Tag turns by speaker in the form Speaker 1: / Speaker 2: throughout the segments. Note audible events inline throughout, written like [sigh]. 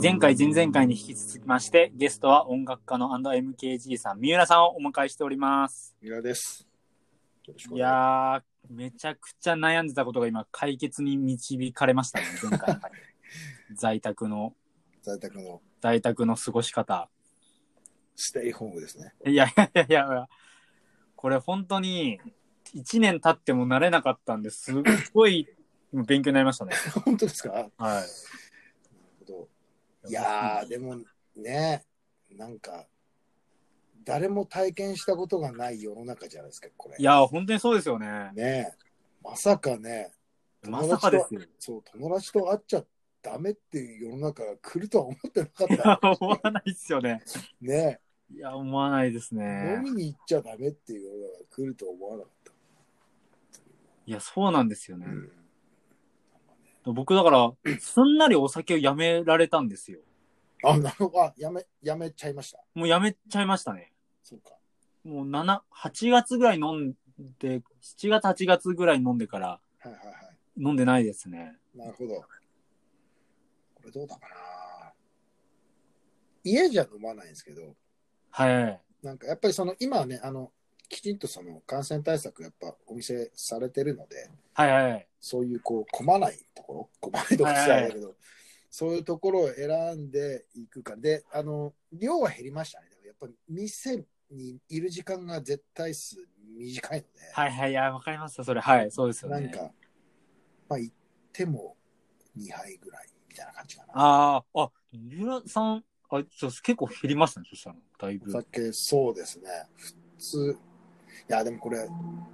Speaker 1: 前回、前々回に引き続きまして、ゲストは音楽家の &MKG さん、三浦さんをお迎えしております。
Speaker 2: 三浦です。よろしくお
Speaker 1: い
Speaker 2: 願いしま
Speaker 1: やー、めちゃくちゃ悩んでたことが今、解決に導かれましたね、前 [laughs] 回。在宅の、
Speaker 2: す。在宅の
Speaker 1: 在宅の過ごし方。
Speaker 2: ステイホームですね。 [laughs]
Speaker 1: いやいやいやいや、これ本当に、1年経っても慣れなかったんです、すっごい勉強になりましたね。
Speaker 2: 本当ですかなる
Speaker 1: は
Speaker 2: ほど
Speaker 1: い。
Speaker 2: いやー、でもね、なんか、誰も体験したことがない世の中じゃないですか、これ。
Speaker 1: いやー、本当にそうですよね。
Speaker 2: ねまさかね、
Speaker 1: まさかですよ。
Speaker 2: そう、友達と会っちゃダメっていう世の中が来るとは思ってなか
Speaker 1: いや
Speaker 2: っ、た。
Speaker 1: [laughs] 思わないですよね。
Speaker 2: ね
Speaker 1: いや、思わないです
Speaker 2: 飲
Speaker 1: ね。
Speaker 2: みに行っちゃダメっていう世の中が来るとは思わなかった。
Speaker 1: いや、そうなんですよね。
Speaker 2: うん
Speaker 1: 僕、だから、すんなりお酒をやめられたんですよ。
Speaker 2: あ、なるほど。あ、やめ、やめちゃいました。
Speaker 1: もうやめちゃいましたね。
Speaker 2: そうか。
Speaker 1: もう7、8月ぐらい飲んで、7月、8月ぐらい飲んでから、
Speaker 2: はいはいはい。
Speaker 1: 飲んでないですね。
Speaker 2: なるほど。これどうだかな家じゃ飲まないんですけど、
Speaker 1: はい。
Speaker 2: なんかやっぱりその今はね、あの、きちんとその感染対策やっぱお店されてるので、
Speaker 1: はいはい。
Speaker 2: そういうこう、混まないところ、混まないところじゃないけど、そういうところを選んでいくから、で、あの、量は減りましたね。でもやっぱり店にいる時間が絶対数短いので、
Speaker 1: はいはい。いや、わかりました。それ。はい。そうですよ
Speaker 2: な
Speaker 1: ね。
Speaker 2: んか、まあ行っても2杯ぐらいみたいな感じかな。
Speaker 1: ああ、あ、三浦さん、あ、ちょ結構減りましたね。そしたら、だい
Speaker 2: お
Speaker 1: ぶ。
Speaker 2: 酒、そうですね。普通。いや、でもこれ、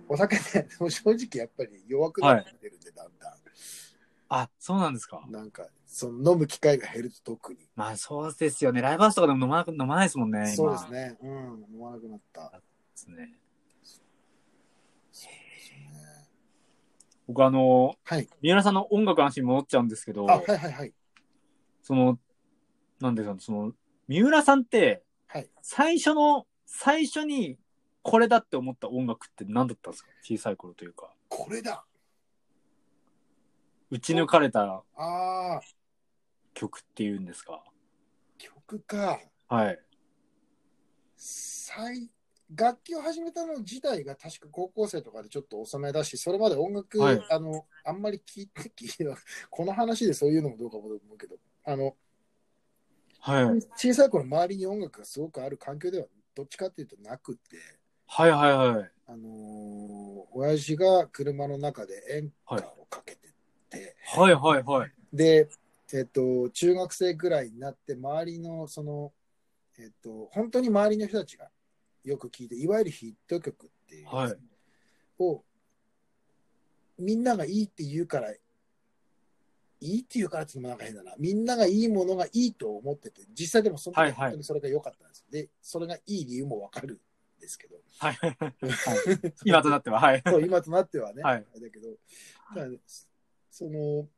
Speaker 2: お酒ね、 [laughs] でも正直やっぱり弱くなってきてるんで、だんだ
Speaker 1: あ、そうなんですか。
Speaker 2: ん。なんか、その飲む機会が減ると特に。
Speaker 1: まあ、そうですよね。ライブハウスとかでも飲まなく飲まないですもんね。今
Speaker 2: そうです。ね。うん、飲まなくなった。
Speaker 1: ですね。
Speaker 2: ね
Speaker 1: 僕あの、
Speaker 2: はい。
Speaker 1: 三浦さんの音楽の話に戻っちゃうんですけど、
Speaker 2: あ、はいはいはい。
Speaker 1: その、なんでしょう、その、三浦さんって、
Speaker 2: はい
Speaker 1: 最初の、最初にこれだって思った音楽って何だったんですか小さい頃というか。
Speaker 2: これだ。
Speaker 1: 打ち抜かれた
Speaker 2: ああ、
Speaker 1: 曲っていうんですか
Speaker 2: 曲か。
Speaker 1: はい。
Speaker 2: 最、楽器を始めたの自体が確か高校生とかでちょっと遅めだし、それまで音楽、
Speaker 1: はい
Speaker 2: あの、あんまり聞いて、聞いてな、この話でそういうのもどうかもと思うけど、あの、
Speaker 1: はい。はい
Speaker 2: 小さい頃周りに音楽がすごくある環境ではどっちかっていうとなくて、
Speaker 1: はいはい。
Speaker 2: あのー親父が車の中で演歌をかけてて、
Speaker 1: はいはいはい。
Speaker 2: で、えっと、中学生ぐらいになって周りのその、えっと、本当に周りの人たちがよく聴いていわゆるヒット曲っていう
Speaker 1: はい
Speaker 2: やつを、みんながいいって言うからいいって言うからっていうのもなんか変だなみんながいいものがいいと思ってて実際でもその
Speaker 1: はい
Speaker 2: 時
Speaker 1: はい
Speaker 2: 本当にそれが良かったんです、でそれがいい理由もわかるんですけど
Speaker 1: はい。はい、今となっては、はい。 [laughs]
Speaker 2: そう今となってはね、
Speaker 1: はい
Speaker 2: あれだけど、ただその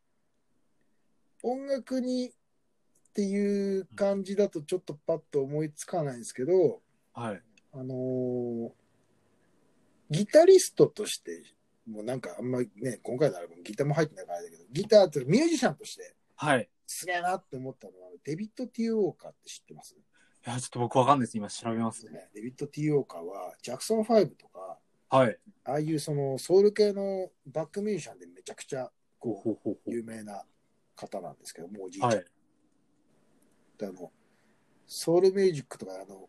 Speaker 2: 音楽にっていう感じだとちょっとパッと思いつかないんですけど、
Speaker 1: はい。
Speaker 2: あのーギタリストとして、もうなんかあんまりね、今回のアルバムギターも入ってないからあれだけど、ギターっていうかミュージシャンとして
Speaker 1: はい。
Speaker 2: すげえなって思ったのは、デビッド・ティー・ウォーカーって知ってます
Speaker 1: いや、ちょっと僕わかんないです。今調べます。
Speaker 2: ねデビッド・ティー・ウォーカーは、ジャクソン5とか、
Speaker 1: はい。
Speaker 2: ああいうそのソウル系のバックミュージシャンでめちゃくちゃ
Speaker 1: ほうほうほうほ
Speaker 2: 有名な方なんですけど、もうおじいち
Speaker 1: う。
Speaker 2: ゃん
Speaker 1: は
Speaker 2: っ
Speaker 1: い。
Speaker 2: て、あのソウルミュージックとか、あの、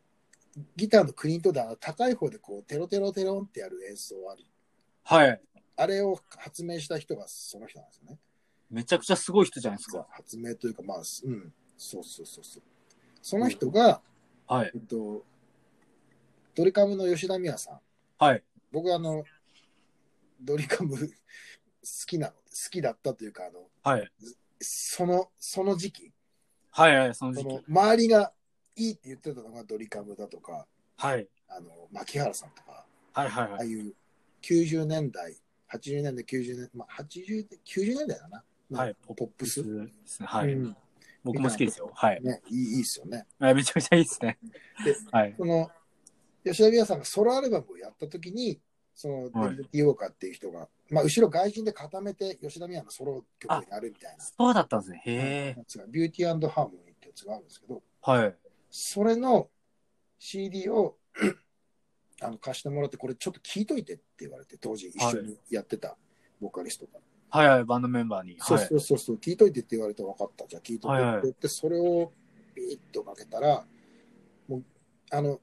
Speaker 2: ギターのクリーントであの高い方でこう、テロテロテロンってやる演奏ある。
Speaker 1: はい。
Speaker 2: あれを発明した人がその人なんですよね。
Speaker 1: めちゃくちゃすごい人じゃないですか。
Speaker 2: 発明というか、まあ、うん、そうそうそうそう。その人が、
Speaker 1: はい。
Speaker 2: えっと、ドリカムの吉田美和さん。
Speaker 1: はい。
Speaker 2: 僕あの、ドリカム [laughs] 好きなの、好きだったというか、あの、
Speaker 1: はい。
Speaker 2: その、その時期、
Speaker 1: はいはい、その
Speaker 2: そ
Speaker 1: 時期
Speaker 2: の。周りがいいって言ってたのがドリカムだとか、
Speaker 1: はい。
Speaker 2: あの、牧原さんとか、
Speaker 1: はいはい
Speaker 2: あ
Speaker 1: は
Speaker 2: あ
Speaker 1: い。
Speaker 2: いう90年代、80年代、90年、まあ、80、90年代だな。
Speaker 1: はい。
Speaker 2: ポップス。
Speaker 1: ですね。はい。
Speaker 2: うん
Speaker 1: 僕も好きですよ。はい。
Speaker 2: ね、いいいいっすよね。
Speaker 1: あめちゃめちゃいいですね
Speaker 2: で。
Speaker 1: はい。
Speaker 2: その、吉田美和さんがソロアルバムをやったときに、その、
Speaker 1: はい
Speaker 2: デビッド・ティーウォーカーっていう人が、まあ、後ろ外人で固めて吉田美和のソロ曲になるみたいな
Speaker 1: そうだったんですね。へえ。
Speaker 2: やつが、ビューティーハーモニーってやつがあるんですけど、
Speaker 1: はい。
Speaker 2: それの CD を [clears throat] あの貸してもらって、これちょっと聞いといてって言われて、当時一緒にやってたボーカリストが。
Speaker 1: はいはい、バンドメンバーに。
Speaker 2: そう
Speaker 1: はい
Speaker 2: そ。うそうそう、聞いといてって言われて分かった、じゃあ聞いといてって言って、それをビーッとかけたら、もう、あの、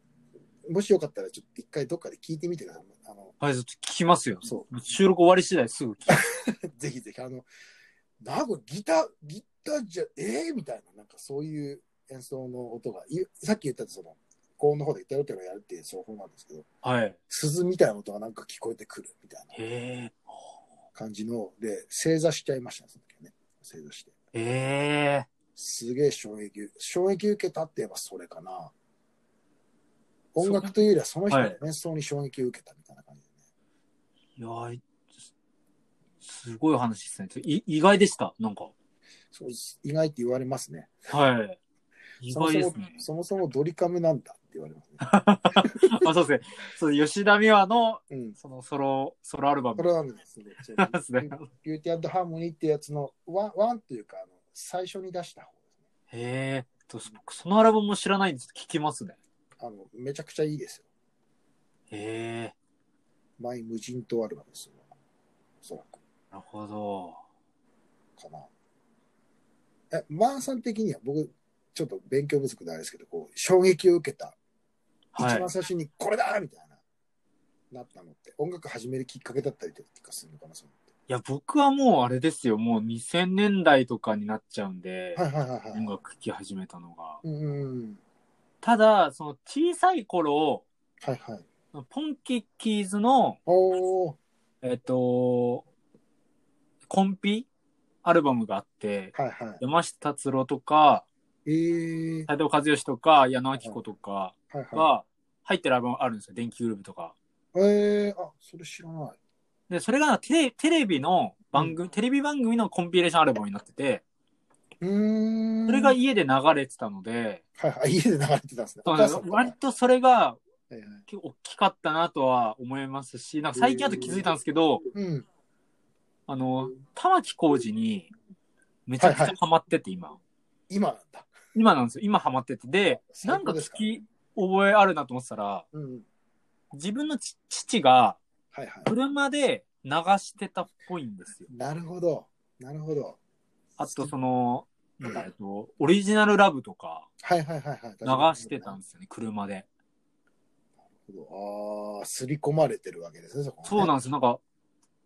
Speaker 2: もしよかったらちょっと一回どっかで聞いてみてください。あの、
Speaker 1: はい、ちょっと聞きますよ。
Speaker 2: そ
Speaker 1: 収録終わり次第すぐ聞きます。
Speaker 2: う、 [laughs] ぜひぜひ、あの、なんかギター、ギターじゃ、ええみたいな、なんかそういう演奏の音が、いさっき言ったその、高音の方でギターロケをやるっていう奏法なんですけど、
Speaker 1: はい。
Speaker 2: 鈴みたいな音がなんか聞こえてくるみたいな
Speaker 1: へ
Speaker 2: 感じの、で、正座しちゃいましたね、その時はね。正座して。
Speaker 1: え。へえ。
Speaker 2: すげえ衝撃、衝撃受けたって言えばそれかな。音楽というよりはその人の
Speaker 1: はい
Speaker 2: 演奏に衝撃を受けたみたいな感じでね。
Speaker 1: いやーいすごい話ですね。ちょい意外でした、なんか。
Speaker 2: そうです意外って言われますね。
Speaker 1: はい。意外ですね。
Speaker 2: そもそもそもそもドリカムなんだって言わ
Speaker 1: [laughs]
Speaker 2: れますね。
Speaker 1: あ、そうですね。そう吉田美和の、
Speaker 2: うん。
Speaker 1: そのソロ、ソロアルバム
Speaker 2: これはですね、
Speaker 1: ですね。
Speaker 2: ビューティーハーモニーってやつのワン、ワンというか、あの、最初に出した方です
Speaker 1: へ
Speaker 2: ね。
Speaker 1: え。と僕、そのアルバムも知らないんですけど、聞きますね。
Speaker 2: あの、めちゃくちゃいいですよ。
Speaker 1: へえ。
Speaker 2: マイ無人島アルバムですよ。おそらく。
Speaker 1: なるほど。
Speaker 2: かな。え、マーさん的には僕、ちょっと勉強不足であれですけど、こう、衝撃を受けた。
Speaker 1: は
Speaker 2: 一
Speaker 1: い
Speaker 2: 番。最初にこれだみたいな、なったのって、音楽始めるきっかけだったりとかするのかな、その
Speaker 1: いや、僕はもうあれですよ。もう2000年代とかになっちゃうんで、
Speaker 2: はいはいはいは
Speaker 1: 音
Speaker 2: い。
Speaker 1: 楽聴き始めたのが。
Speaker 2: うんうんうん。
Speaker 1: ただ、その小さい頃、
Speaker 2: はいはい。
Speaker 1: ポンキッキーズの、
Speaker 2: おー、
Speaker 1: えっと、コンピアルバムがあって、
Speaker 2: はいは
Speaker 1: 山下達郎とか、
Speaker 2: い。えー、
Speaker 1: 斉藤和義とか、矢野明子とか
Speaker 2: はいは
Speaker 1: が入ってるアルバムあるんですよ。電気グループとか。
Speaker 2: い。えー、あ、それ知らない。
Speaker 1: で、それがテレテレビの番組、
Speaker 2: うん
Speaker 1: テレビ番組のコンピレーションアルバムになってて、
Speaker 2: うーん。
Speaker 1: それが家で流れてたので、
Speaker 2: はいはい。家で流れてたんですね。
Speaker 1: そう
Speaker 2: お
Speaker 1: なんで
Speaker 2: 母
Speaker 1: す
Speaker 2: さんとか
Speaker 1: 割とそれが
Speaker 2: はいはい
Speaker 1: 結構大きかったなとは思いますし、なんか最近だと気づいたんですけど、
Speaker 2: うん。
Speaker 1: あの、玉置浩二にめちゃくちゃハマってて、今。
Speaker 2: 今なんだ。
Speaker 1: 今なんですよ。今ハマってて。で、な
Speaker 2: 最
Speaker 1: んか
Speaker 2: 高です
Speaker 1: 聞
Speaker 2: か
Speaker 1: き覚えあるなと思ってたら、
Speaker 2: うん。
Speaker 1: 自分のち父が
Speaker 2: はいはい。
Speaker 1: 車で流してたっぽいんですよ。
Speaker 2: なるほど。なるほど。
Speaker 1: あと、その、なんか、えっと、オリジナルラブとか
Speaker 2: はいはいはいはい。
Speaker 1: 流してたんですよね、車で。
Speaker 2: ああ、すり込まれてるわけですね、そこ、ね。
Speaker 1: そうなんですよ。なんか、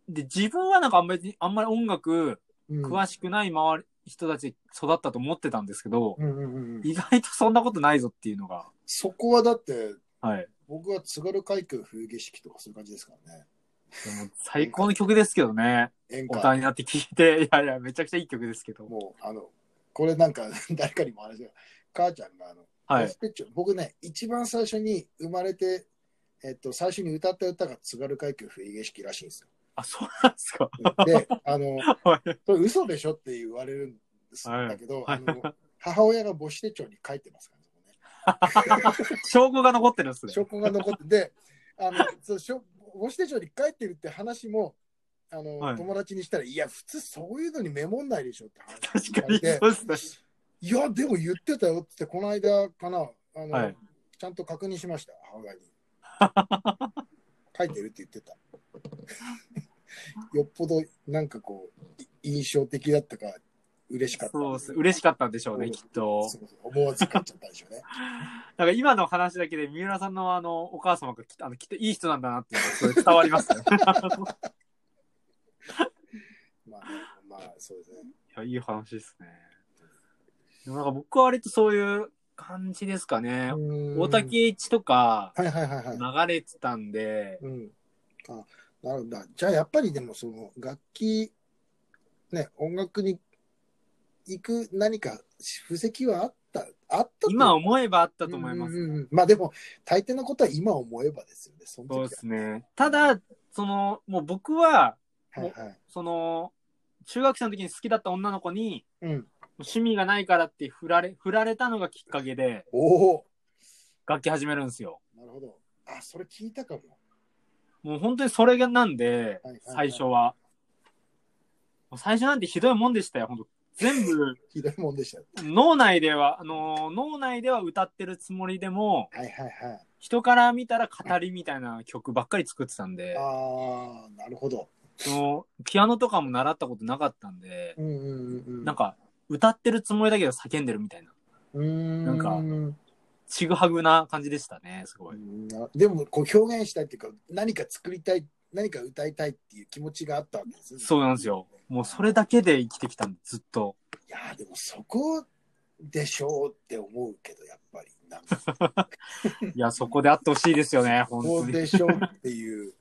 Speaker 1: で、自分はなんかあんまり、あんまり音楽
Speaker 2: うん
Speaker 1: 詳しくない周り、人たち育ったと思ってたんですけど、
Speaker 2: うんうんうんうん。
Speaker 1: 意外とそんなことないぞっていうのが、
Speaker 2: そこはだって、
Speaker 1: はい。
Speaker 2: 僕は津軽海峡冬景色とかそういう感じですからね。
Speaker 1: でも最高の曲ですけどね。
Speaker 2: 演
Speaker 1: 大人
Speaker 2: 歌。
Speaker 1: になって聴いて、 [laughs] いやいや、めちゃくちゃいい曲ですけど。
Speaker 2: もう、あの、これなんか [laughs] 誰かにも話したけど母ちゃんがあの、
Speaker 1: は
Speaker 2: ゴ
Speaker 1: い
Speaker 2: ス。ペッチョ僕ね、一番最初に生まれて、えっと、最初に歌った歌が津軽海峡冬景色らしいんです
Speaker 1: あ、そうなんですか。 [laughs]
Speaker 2: よ。で、あの、
Speaker 1: はい。
Speaker 2: それ嘘でしょって言われるんですだけど、
Speaker 1: はい
Speaker 2: あの母親が母子手帳に書いてますからねそこね。
Speaker 1: 証拠が残ってるんですね。
Speaker 2: 証拠が残ってて、あの、そう、しょ、母子手帳に書いてるって話も。あの、
Speaker 1: はい
Speaker 2: 友達にしたら、いや、普通そういうのにメモんないでしょって話
Speaker 1: 確かに、そうですね。
Speaker 2: いや、でも言ってたよって、この間かな、あの、
Speaker 1: はい
Speaker 2: ちゃんと確認しました、母親に。
Speaker 1: [laughs]
Speaker 2: 書いてるって言ってた。 [laughs] よっぽど、なんかこう、い印象的だったか、嬉しかった。
Speaker 1: そうです。嬉しかったんでしょうね、きっと
Speaker 2: そ。うそう思わず買っちゃったでしょうね。
Speaker 1: なんか今の話だけで、三浦さんのあの、お母様がきあのきっといい人なんだなっていうのがすごい伝わります
Speaker 2: [laughs]
Speaker 1: ね。
Speaker 2: まあね、まあ、そうですね。
Speaker 1: いや、いい話ですね。でもなんか僕は割とそういう感じですかね。
Speaker 2: 大
Speaker 1: 大竹一とか
Speaker 2: はいはいはいはい
Speaker 1: 流。れてたんで、
Speaker 2: うん。あ、なるほど。じゃあやっぱりでもその楽器、ね、音楽に行く何か布石はあった、あったと
Speaker 1: 今思えばあったと思います。
Speaker 2: うんうんうんまあでも、大抵のことは今思えばですよね。その時
Speaker 1: そ
Speaker 2: は
Speaker 1: うですね。ただ、その、もう僕は、
Speaker 2: はいはい。
Speaker 1: その、中学生の時に好きだった女の子に、
Speaker 2: うん。
Speaker 1: 趣味がないからって振られ、振られたのがきっかけで
Speaker 2: おお
Speaker 1: 楽器始めるんですよ。
Speaker 2: なるほど。あ、それ聞いたかも。
Speaker 1: もう本当にそれがなんで
Speaker 2: はいはいはい、
Speaker 1: 最初は。もう最初なんてひどいもんでしたよ。本当全部、
Speaker 2: ひどいもんでした。
Speaker 1: 脳内では、あのー脳内では歌ってるつもりでも、
Speaker 2: はいはいはい。
Speaker 1: 人から見たら語りみたいな曲ばっかり作ってたんで、
Speaker 2: ああ、なるほど。
Speaker 1: そのピアノとかも習ったことなかったんで、
Speaker 2: うんうんうんうん。
Speaker 1: なんか、歌ってるつもりだけど叫んでるみたいな、
Speaker 2: うーん、
Speaker 1: なんかちぐはぐな感じでしたね、すご
Speaker 2: う
Speaker 1: い。
Speaker 2: んなでもこう表現したいっていうか、何か作りたい、何か歌いたいっていう気持ちがあったわけですね。
Speaker 1: そうなんですよ。もうそれだけで生きてきたんで、ずっと。
Speaker 2: いやー、でもそこでしょうって思うけど、やっぱり、なんか、
Speaker 1: いや、そこであってほしいですよね、
Speaker 2: そ
Speaker 1: 本
Speaker 2: こ
Speaker 1: 当に。
Speaker 2: でしょうっていう、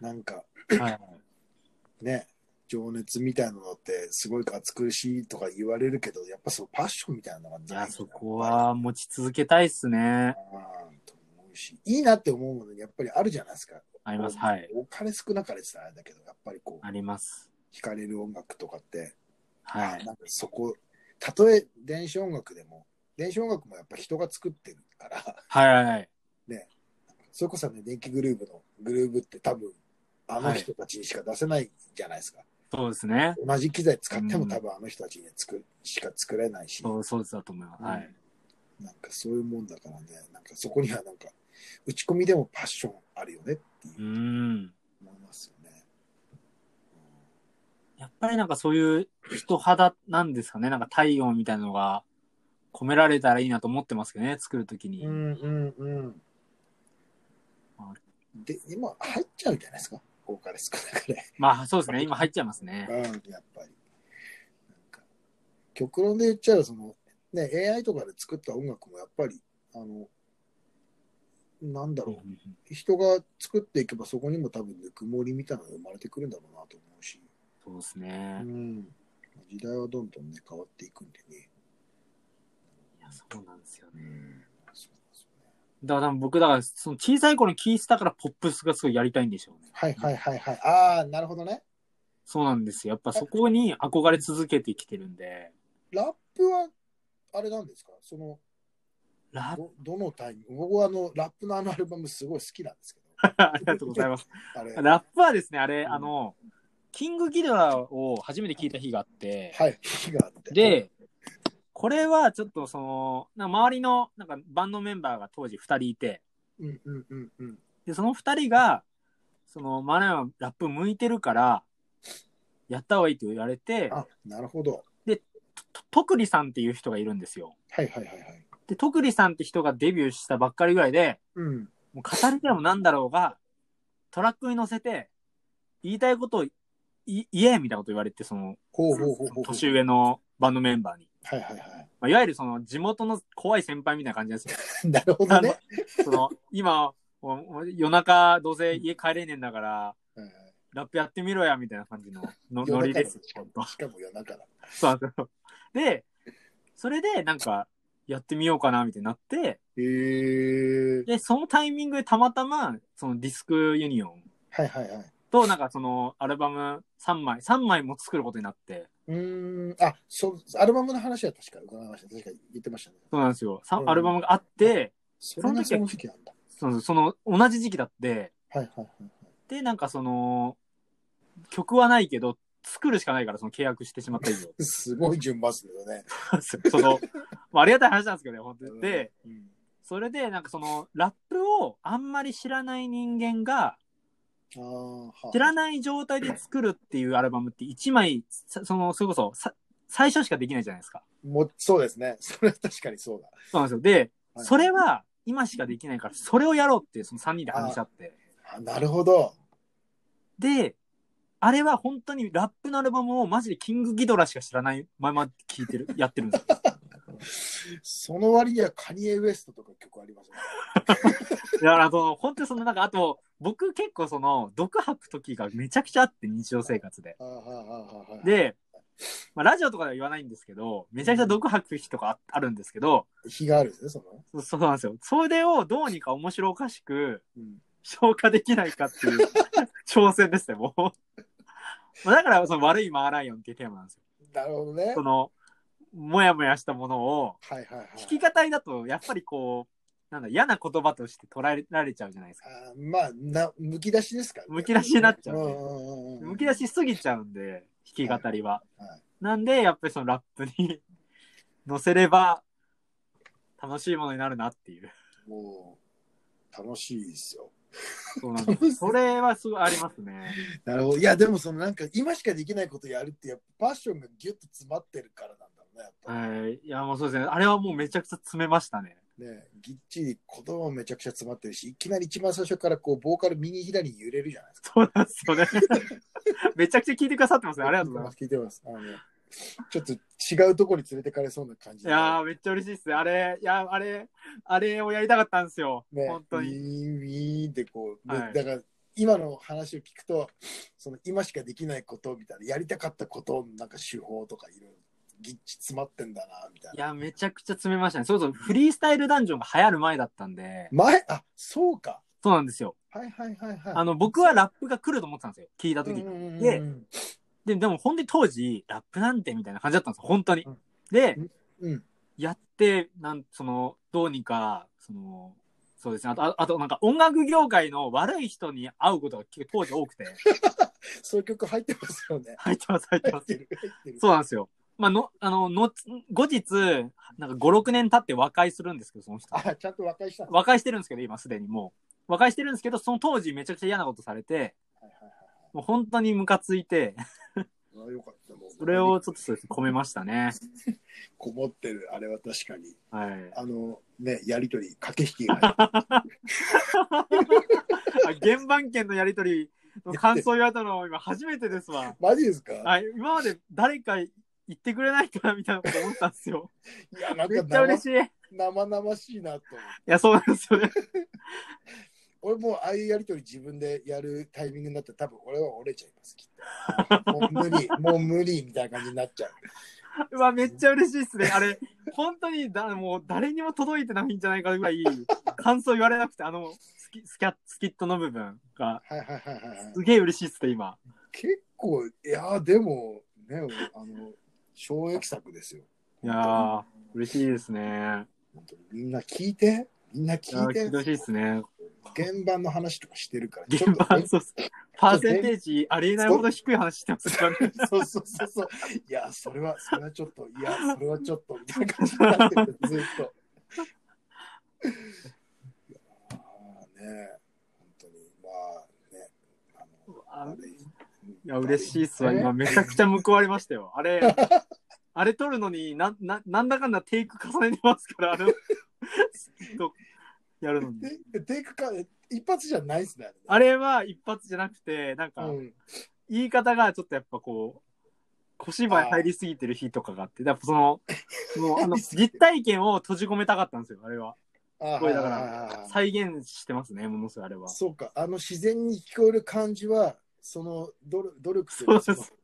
Speaker 2: なんか
Speaker 1: はい、
Speaker 2: ね、情熱みたいなのって、すごい熱苦しいとか言われるけど、やっぱそう、パッションみたいなのが
Speaker 1: い
Speaker 2: ない
Speaker 1: や、そこは持ち続けたいっすね。
Speaker 2: あーと思うし、いいなって思うものにやっぱりあるじゃないですか。
Speaker 1: あります、はい。
Speaker 2: お金少なかれてたらあれだけど、やっぱりこう、
Speaker 1: あります。
Speaker 2: 惹かれる音楽とかって、
Speaker 1: はい。
Speaker 2: なんかそこ、たとえ電子音楽でも、電子音楽もやっぱ人が作ってるから、 [laughs]
Speaker 1: はいはいはい。
Speaker 2: それこそね、電気グルーヴのグルーヴって多分、あの人たちにしか出せないじゃないですか。
Speaker 1: そうですね。
Speaker 2: 同じ機材使っても
Speaker 1: うん
Speaker 2: 多分あの人たちには作るしか作れないし、
Speaker 1: そう、そうだと思います。はい。
Speaker 2: なんかそういうもんだからね、なんかそこにはなんか、打ち込みでもパッションあるよねっていうう
Speaker 1: うん。
Speaker 2: 思いますよね。
Speaker 1: やっぱりなんかそういう人肌なんですかね。なんか体温みたいなのが込められたらいいなと思ってますけどね、作るときに。
Speaker 2: んうんうん。で、今入っちゃうじゃないですか、ボーカル少なくね。
Speaker 1: まあそうですね。今入っちゃいますね。
Speaker 2: うん、やっぱり。なんか、極論で言っちゃうその、ね、AI とかで作った音楽もやっぱり、あの、なんだ
Speaker 1: うんう
Speaker 2: ろ
Speaker 1: んうん
Speaker 2: う、人が作っていけばそこにも多分ぬくもりみたいなのが生まれてくるんだろうなと思うし、
Speaker 1: そうです
Speaker 2: う
Speaker 1: ね。
Speaker 2: ん。時代はどんどんね、変わっていくんでね。
Speaker 1: いやそうなんですよ
Speaker 2: う
Speaker 1: ね。
Speaker 2: ん。そうですね。
Speaker 1: だから多分僕、だからその小さい頃に聴いてたからポップスがすごいやりたいんでしょうね。
Speaker 2: はいはいはいはい。ああ、なるほどね。
Speaker 1: そうなんですよ。やっぱそこに憧れ続けてきてるんで。
Speaker 2: ラップは、あれなんですかその、
Speaker 1: ラッ
Speaker 2: どどのタイミング僕はあの、ラップのあのアルバムすごい好きなんですけど、
Speaker 1: プ、ありがとうございます。
Speaker 2: [laughs] あ
Speaker 1: [laughs]
Speaker 2: れ。
Speaker 1: ラップはですね、あれ、
Speaker 2: うん
Speaker 1: あの、キングギドラを初めて聞いた日があって、
Speaker 2: はい、火があって。
Speaker 1: で、これはちょっとその、なんか周りのなんかバンドメンバーが当時2人いて、
Speaker 2: うんうんうんうん。
Speaker 1: で、その2人が、その、マネはラップ向いてるから、やった方がいいって言われて、
Speaker 2: あ、なるほど。
Speaker 1: と徳利さんっていう人がいるんですよ。
Speaker 2: はいはいはいはい。
Speaker 1: で、徳利さんって人がデビューしたばっかりぐらいで、
Speaker 2: うん。
Speaker 1: もう語りでもなんだろうが、トラックに乗せて、言いたいことをい言えみたいなこと言われて、その、
Speaker 2: ほうほうほうほう。
Speaker 1: 年上のバンドメンバーに。
Speaker 2: はいはいは
Speaker 1: まあ、いわゆるその地元の怖い先輩みたいな感じなんですよ。
Speaker 2: い。なるほどね。
Speaker 1: その [laughs] 今おお夜中どうせ家帰れねえんだから、
Speaker 2: はいはい
Speaker 1: ラップやってみろやみたいな感じののノ
Speaker 2: 夜
Speaker 1: リ
Speaker 2: 中
Speaker 1: で
Speaker 2: だ
Speaker 1: す。
Speaker 2: しか
Speaker 1: 本
Speaker 2: も
Speaker 1: 当
Speaker 2: しかも夜中だ。
Speaker 1: [laughs] そうなんですよで、それでなんかやってみようかなみたいになって、
Speaker 2: へえ。
Speaker 1: で、そのタイミングでたまたまそのディスクユニオン
Speaker 2: はいはいはい。
Speaker 1: となんかそのアルバム3枚、3枚も作ることになって、
Speaker 2: うーん。あ、そう、アルバムの話は確か伺いました。確かに言ってましたね。
Speaker 1: そうなんですよ。さ
Speaker 2: うん
Speaker 1: アルバムがあって、
Speaker 2: それがその時期なんだ。
Speaker 1: そのその同じ時期だって、
Speaker 2: はいはいはいはい。
Speaker 1: で、なんかその、曲はないけど、作るしかないから、その契約してしまった以
Speaker 2: [laughs]
Speaker 1: 上。
Speaker 2: すごい順番ですけどね。
Speaker 1: その、まあ、ありがたい話なんですけどね、本当に。で、
Speaker 2: うん、
Speaker 1: それで、なんかその、ラップをあんまり知らない人間が、
Speaker 2: ああ、はあ
Speaker 1: 知らない状態で作るっていうアルバムって1枚、さその、それこそ、さ最初しかできないじゃないですか。
Speaker 2: もうそうですね。それは確かにそうだ。
Speaker 1: そうなんですよ。で、
Speaker 2: はい
Speaker 1: それは今しかできないから、それをやろうって、その3人で話し合って。
Speaker 2: あなるほど。
Speaker 1: で、あれは本当にラップのアルバムをマジでキングギドラしか知らないまま聴いてる、やってるんですよ
Speaker 2: その割にはカニエ・ウエストとか曲ありますね。
Speaker 1: だから、その、本当にその、なんか、あと、僕結構その、毒吐く時がめちゃくちゃあって、日常生活で。
Speaker 2: あーはあはあはあはあ、
Speaker 1: で、まあ、ラジオとかでは言わないんですけど、めちゃくちゃ毒吐く日とかああるんですけど、
Speaker 2: 日があるんですね、その。
Speaker 1: そそうなんですよ。それをどうにか面白おかしく
Speaker 2: うん、
Speaker 1: 消化できないかっていう挑戦ですね、もう。まあだから、その、悪いマーライオンっていうテーマなんですよ。
Speaker 2: なるほどね
Speaker 1: そ。の、もやもやしたものを、
Speaker 2: はいはいはい。
Speaker 1: 聞き語りだと、やっぱりこう、なんだ、嫌な言葉として捉えられちゃうじゃないですか。
Speaker 2: あーまあな、むき出しですから、ね。
Speaker 1: むき出しになっちゃう
Speaker 2: うんうんうんうん
Speaker 1: むき出しすぎちゃうんで、弾き語りは。
Speaker 2: はい
Speaker 1: なんで、やっぱりそのラップに [laughs] 乗せれば、楽しいものになるなっていう。
Speaker 2: もう、楽しいですよ。
Speaker 1: そうなんです。それはすごいありますね。
Speaker 2: なるほど。いや、でもそのなんか今しかできないことやるって、やっぱパッションがギュッと詰まってるからなんだろうね、やっぱ。
Speaker 1: はい。いや、もうそうですね。あれはもうめちゃくちゃ詰めましたね。
Speaker 2: ね、ぎっちり言葉もめちゃくちゃ詰まってるし、いきなり一番最初からこう、ボーカル右左に揺れるじゃないですか。
Speaker 1: そうなんですよね。 [laughs] めちゃくちゃ聞いてくださってますね。ありがとうございます。
Speaker 2: 聞いてます。聞いてますあの、ちょっと違うところに連れてかれそうな感じ
Speaker 1: いやー、めっちゃ嬉しいっすね。あれ、いや、あれ、あれをやりたかったんですよ。
Speaker 2: ね、
Speaker 1: 本当に。
Speaker 2: ウィーンウィーンってこう、ね
Speaker 1: はい
Speaker 2: だから今の話を聞くと、その今しかできないことみたいな、やりたかったことのなんか手法とかいろいろ、ぎっち詰まってんだな、みたい
Speaker 1: い
Speaker 2: な。
Speaker 1: や、めちゃくちゃ詰めましたね。そうそう、フリースタイルダンジョンが流行る前だったんで、
Speaker 2: 前、あ、そうか。
Speaker 1: そうなんですよ。
Speaker 2: はいはいはい [laughs] はい。
Speaker 1: あの、僕はラップが来ると思ってたんですよ。聞いた
Speaker 2: うん
Speaker 1: 時
Speaker 2: うんうんうん、
Speaker 1: でで、でも本当に当時、ラップなんてみたいな感じだったんですよ。本当に
Speaker 2: うん。
Speaker 1: で、
Speaker 2: うん。
Speaker 1: やって、なん、その、どうにか、その、そうですね。あと、ああとなんか音楽業界の悪い人に会うことが結構当時多く
Speaker 2: [laughs]
Speaker 1: て、
Speaker 2: そういう曲入ってますよね。
Speaker 1: 入ってます、入って
Speaker 2: 入
Speaker 1: ま
Speaker 2: っ
Speaker 1: す
Speaker 2: て。る、入ってる。
Speaker 1: そうなんですよ。まあ、の、あの、の、後日、なんか5、6年経って和解するんですけど、そ
Speaker 2: [laughs]
Speaker 1: の人。
Speaker 2: あ、ちゃんと和解したんです
Speaker 1: 和解してるんですけど、今すでにもう。和解してるんですけど、その当時めちゃくちゃ嫌なことされて、
Speaker 2: はいはいはい
Speaker 1: もう本当にムカついて、
Speaker 2: あよかった。もう
Speaker 1: それをちょっとそうですね込めましたね。
Speaker 2: こもってる、あれは確かに。
Speaker 1: はい。
Speaker 2: あの、ね、やりとり、駆け
Speaker 1: [laughs]
Speaker 2: 引きが。
Speaker 1: あ原版権のやりとりの感想言われたのは今初めてですわ。
Speaker 2: マジですか、
Speaker 1: はい、今まで誰か言ってくれないかなみたいなこと思ったんですよ。
Speaker 2: い、や、なん
Speaker 1: め
Speaker 2: か
Speaker 1: っちゃ嬉
Speaker 2: 生
Speaker 1: しい。い
Speaker 2: 生々しいなと思って。
Speaker 1: や、そうなんですよね。
Speaker 2: 俺もうああいうやりとり自分でやるタイミングになったら多分俺は折れちゃいます、きっと。もう
Speaker 1: [laughs]
Speaker 2: 無理、もう無理みたいな感じになっちゃう。
Speaker 1: うわ、めっちゃ嬉しいですね。あれ、本当にだ、もう誰にも届いてないんじゃないかぐらい、感想言われなくて、あの、スキスキャスキットの部分が、
Speaker 2: はいはいはいはいはい。
Speaker 1: すげえ嬉しいっすね、今。
Speaker 2: 結構、いや、でも、ね、あの、衝撃作ですよ。
Speaker 1: いやー、嬉しいですね。
Speaker 2: 本当にみんな聞いて、みんな
Speaker 1: いや
Speaker 2: 聞
Speaker 1: ー
Speaker 2: い
Speaker 1: 聞い
Speaker 2: て
Speaker 1: て、ほしいっすね。
Speaker 2: 現場の話とかしてるから、ち
Speaker 1: 現
Speaker 2: ょっと
Speaker 1: 場、そうっす。パーセンテージありえないほど低い話してます
Speaker 2: [laughs]
Speaker 1: からね。
Speaker 2: そうそうそうそう。いや、それは、それはちょっと、いや、それはちょっと、みたいな感じになってる、ずっと。いやーね、本当に、まあね、あの、
Speaker 1: あ
Speaker 2: あれい
Speaker 1: いや、嬉しいっすわ。
Speaker 2: ね
Speaker 1: 今、めちゃくちゃ報われましたよ。あれ、 [laughs] あれ撮るのにな、な、なんだかんだテイク重ねてますから、あの、ず [laughs] っとやるのに。
Speaker 2: テテイクか、一発じゃないですね。
Speaker 1: あれは一発じゃなくて、なんか、
Speaker 2: うん、
Speaker 1: 言い方がちょっとやっぱこう、小芝居入りすぎてる日とかがあって、やっぱその、もうあの、実体験を閉じ込めたかったんですよ、あれは。
Speaker 2: あ
Speaker 1: これだから
Speaker 2: ら
Speaker 1: 再現してますね、ものすごいあれは。
Speaker 2: そうか、あの自然に聞こえる感じは、その努力努力す
Speaker 1: そう
Speaker 2: る
Speaker 1: です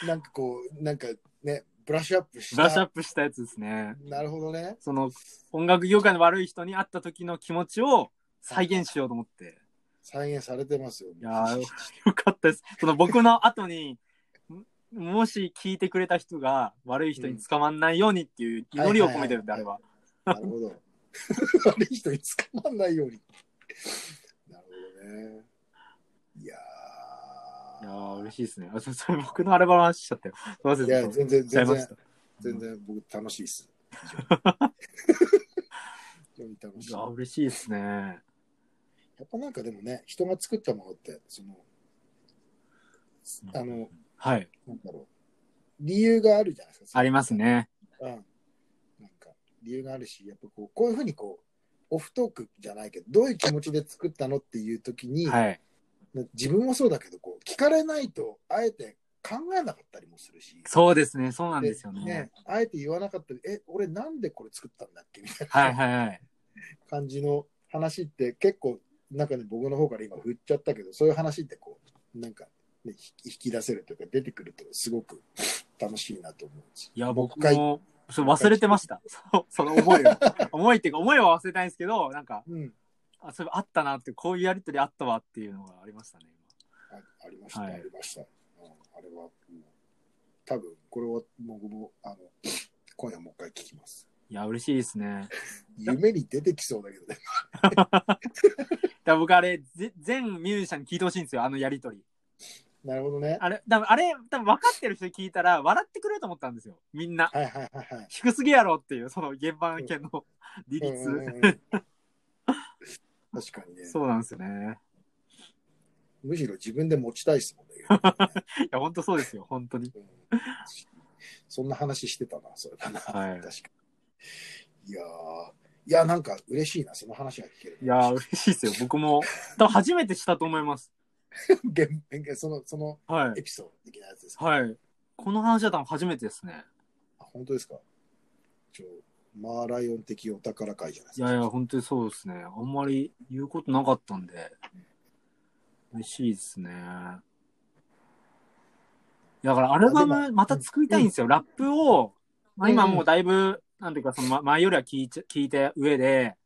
Speaker 2: そのなんかこう、なんかね、ブラッシュアップし
Speaker 1: ブ
Speaker 2: た。
Speaker 1: ラッシュアップしたやつですね。
Speaker 2: なるほどね。
Speaker 1: その、音楽業界の悪い人に会った時の気持ちを再現しようと思って。
Speaker 2: 再現されてますよ。
Speaker 1: いやー、よかったです。その僕の後に、んもし聞いてくれた人が悪い人に捕まんないようにっていう祈りを込めてるんで、あれは。
Speaker 2: なる
Speaker 1: [laughs]
Speaker 2: ほど。悪い人に捕まんないように。なるほどね。いや
Speaker 1: いやー、嬉しいですね。あ、 [laughs] そそれ僕のアルバムの話しちゃったよ。すいませ
Speaker 2: ー。
Speaker 1: ん。
Speaker 2: いや、全然、
Speaker 1: ちゃい
Speaker 2: 全
Speaker 1: まし
Speaker 2: 然
Speaker 1: た。、
Speaker 2: 全然僕楽しい
Speaker 1: [laughs]
Speaker 2: です。非常に非常に楽しい。
Speaker 1: あ、
Speaker 2: や
Speaker 1: 嬉しいですね。
Speaker 2: っぱなんかでもね、人が作ったものって、その、あの、
Speaker 1: はい。
Speaker 2: なんだろう。理由があるじゃないですか。
Speaker 1: あります。ね。
Speaker 2: うん。なんか、理由があるし、やっぱこう、こういうふうにこう、オフトークじゃないけど、どういう気持ちで作ったのっていう時に、
Speaker 1: はい。
Speaker 2: 自分もそうだけどこう聞かれないとあえて考えなかったりもするし
Speaker 1: そうですね。そうなんですよね。
Speaker 2: あえて言わなかったりえ俺なんでこれ作ったんだっけみたい
Speaker 1: はい
Speaker 2: な
Speaker 1: はいはい。
Speaker 2: 感じの話って結構なんかね僕の方から今振っちゃったけどそういう話ってこうなんか、ね、引き引き出せるというか出てくるとすごく楽しいなと思うんです
Speaker 1: いや、僕
Speaker 2: もう一
Speaker 1: も、そう忘れてました。そうその思いを。思いっていうか、思いは忘れたいんですけど、なんか、
Speaker 2: ようん
Speaker 1: あ、そういえばあったなって、こういうやりとりあったわっていうのがありましたね。
Speaker 2: あありました、
Speaker 1: はい
Speaker 2: ありました、うん、あれはもう多分これは僕もあの今夜もう一回聞きます
Speaker 1: いや、嬉しいですね。
Speaker 2: 夢に出てきそうだけどね
Speaker 1: だから僕あれ、ぜ全ミュージシャンに聞いてほしいんですよ、あのやりとり。
Speaker 2: なるほどね。
Speaker 1: あれ、多分あれ、多分分かってる人に聞いたら、笑ってくれると思ったんですよ。みんな。
Speaker 2: はいはいはいはい。
Speaker 1: 低すぎやろっていう、その現場案件の利
Speaker 2: うんうん
Speaker 1: 率。
Speaker 2: うん確かにね。
Speaker 1: そうなんですよね。
Speaker 2: むしろ自分で持ちたいですもんね。
Speaker 1: いや、本当そうですよ。本当に。
Speaker 2: うんそんな話してたな、それだな。
Speaker 1: はい
Speaker 2: 確かに。いやーいや、なんか嬉しいな、その話が聞ける。
Speaker 1: いやー、嬉しいですよ。僕も、多分初めてしたと思います。
Speaker 2: 現現その、その
Speaker 1: はい
Speaker 2: エ。ピソード的なやつですか。
Speaker 1: はい。この話は多分初めてですね。
Speaker 2: あ本当ですか。ちょマーライオン的お宝会じゃないです
Speaker 1: い
Speaker 2: か。
Speaker 1: やいや、本当にそうですね。あんまり言うことなかったんで、嬉しいですね。だからアルバムまた作りたいんですよ。ラップを、まあ、今もうだいぶ、なんていうか、そのま前よりは聞いちゃ聞いた上で、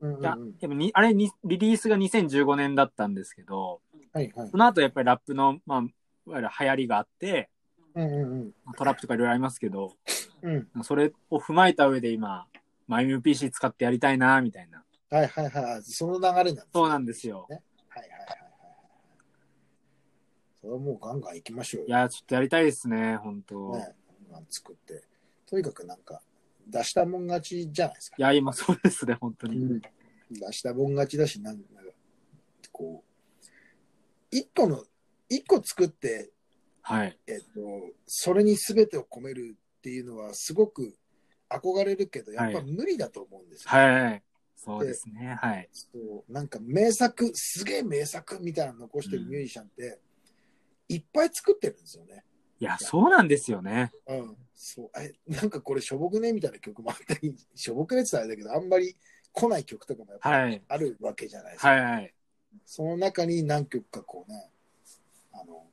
Speaker 2: うんうんうん
Speaker 1: いやでもにあれに、リリースが2015年だったんですけど、
Speaker 2: はいはい
Speaker 1: そ。の後やっぱりラップの、まあ、いわゆる流行りがあって、
Speaker 2: うんうん
Speaker 1: まあトラップとかいろいろありますけど、
Speaker 2: うん。うん。
Speaker 1: それを踏まえた上で今、まあ、MPC 使ってやりたいな、みたいな。
Speaker 2: はいはいはい。その流れなんですね
Speaker 1: そうなんですよ。
Speaker 2: はいはいはいはいはい。それはもうガンガン行きましょうよ。
Speaker 1: いや、ちょっとやりたいですね、本当、
Speaker 2: ね、ガンガン作って。とにかくなんか、出したもん勝ちじゃないですか
Speaker 1: い。や、今そうですね、本当
Speaker 2: う
Speaker 1: に。
Speaker 2: ん、出したもん勝ちだし、なんなんか、こう、一個の、一個作って、
Speaker 1: はい。
Speaker 2: えっと、それに全てを込めるっていうのは、すごく憧れるけど、やっぱ
Speaker 1: はい
Speaker 2: 無理だと思うんですよ。
Speaker 1: はい。そうですね、はい。
Speaker 2: そうなんか名作、すげえ名作みたいなの残してるミュージシャンって、いっぱい作ってるんですよね。
Speaker 1: いや、そうなんですよね。
Speaker 2: うん、そうえなんかこれしょぼくねみたいな曲もあったり [laughs] しょぼくねって言ったらあれだけどあんまり来ない曲とかもやっぱ
Speaker 1: はい。
Speaker 2: あるわけじゃないですか、
Speaker 1: はい、はい。
Speaker 2: その中に何曲かこうねあの